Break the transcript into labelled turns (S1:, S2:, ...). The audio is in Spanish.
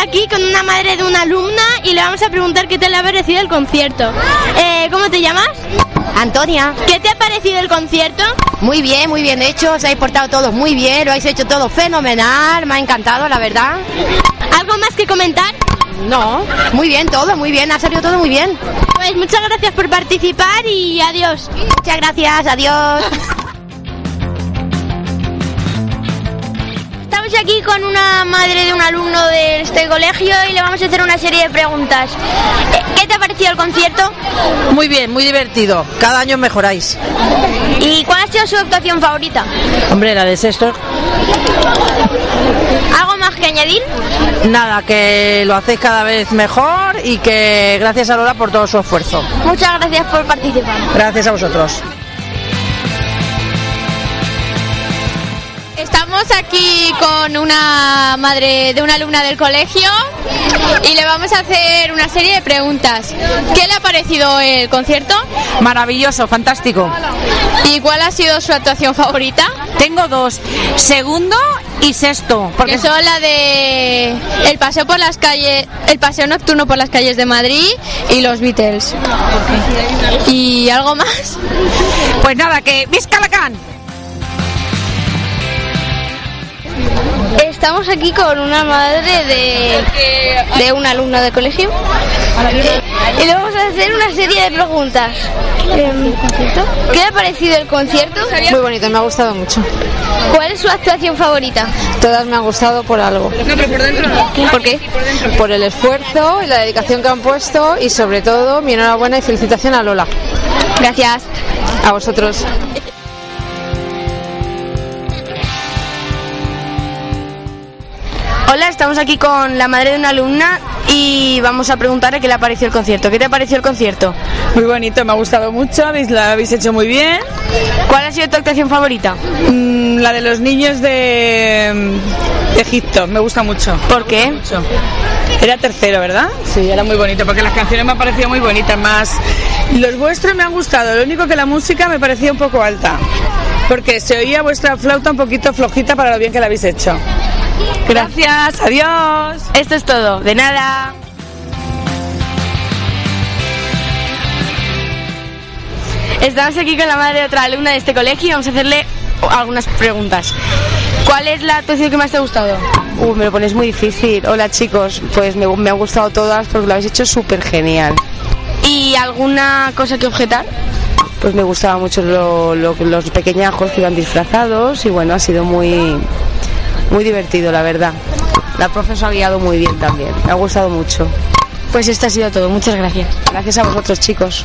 S1: aquí con una madre de una alumna y le vamos a preguntar qué tal le ha parecido el concierto. Eh, ¿Cómo te llamas?
S2: Antonia,
S1: ¿Qué te ha parecido el concierto?
S2: muy bien, muy bien hecho, os habéis portado todos muy bien, lo habéis hecho todo fenomenal, me ha encantado, la verdad.
S1: ¿Algo más que comentar?
S2: No, muy bien todo, muy bien, ha salido todo muy bien.
S1: Pues muchas gracias por participar y adiós.
S2: Muchas gracias, adiós.
S1: Estamos aquí con una madre de un alumno de este colegio y le vamos a hacer una serie de preguntas. Eh, ¿Qué te ha parecido el concierto?
S3: Muy bien, muy divertido. Cada año mejoráis.
S1: ¿Y cuál ha sido su actuación favorita?
S3: Hombre, la de sexto,
S1: ¿Algo más que añadir?
S3: nada, que lo hacéis cada vez mejor y que gracias a Lola por todo su esfuerzo.
S1: Muchas gracias por participar.
S3: Gracias a vosotros.
S4: Estamos aquí con una madre de una alumna del colegio y le vamos a hacer una serie de preguntas. ¿Qué le ha parecido el concierto?
S5: Maravilloso, fantástico.
S4: ¿Y cuál ha sido su actuación favorita?
S5: Tengo dos, segundo y sexto, porque
S4: Que son la de el paseo por las calles, el paseo nocturno por las calles de Madrid y los Beatles. ¿Y algo más?
S5: pues nada, que visca la can.
S1: Estamos aquí con una madre de, de una alumna del colegio y le vamos a hacer una serie de preguntas. Em, ¿Qué le ha parecido el concierto?
S6: Muy bonito, me ha gustado mucho.
S1: ¿Cuál es su actuación favorita?
S6: Todas me han gustado por algo.
S1: ¿Por qué?
S6: Por el esfuerzo y la dedicación que han puesto y sobre todo mi enhorabuena y felicitación a Lola.
S1: Gracias.
S6: A vosotros.
S2: Hola, estamos aquí con la madre de una alumna y vamos a preguntarle qué le ha parecido el concierto. ¿Qué te ha parecido el concierto?
S7: Muy bonito, me ha gustado mucho, habéis, la habéis hecho muy bien.
S2: ¿Cuál ha sido tu actuación favorita?
S7: Mm, la de los niños de, de Egipto, me gusta mucho.
S2: ¿Por qué?
S7: mucho. Era tercero, ¿verdad? Sí, era muy bonito, porque las canciones me han parecido muy bonitas, más los vuestros me han gustado, lo único que la música me parecía un poco alta, porque se oía vuestra flauta un poquito flojita para lo bien que la habéis hecho. Gracias, adiós.
S2: Esto es todo, de nada. Estamos aquí con la madre de otra alumna de este colegio y vamos a hacerle algunas preguntas. ¿Cuál es la actuación que más te ha gustado?
S8: Uh, me lo pones muy difícil. Hola chicos, pues me, me ha gustado todas porque lo habéis hecho súper genial.
S2: ¿Y alguna cosa que objetar?
S8: Pues me gustaba mucho lo- lo- los pequeñajos que iban disfrazados y bueno, ha sido muy, muy divertido, la verdad. La profe os ha guiado muy bien también, me ha gustado mucho.
S2: Pues esto ha sido todo, muchas gracias.
S8: Gracias a vosotros chicos.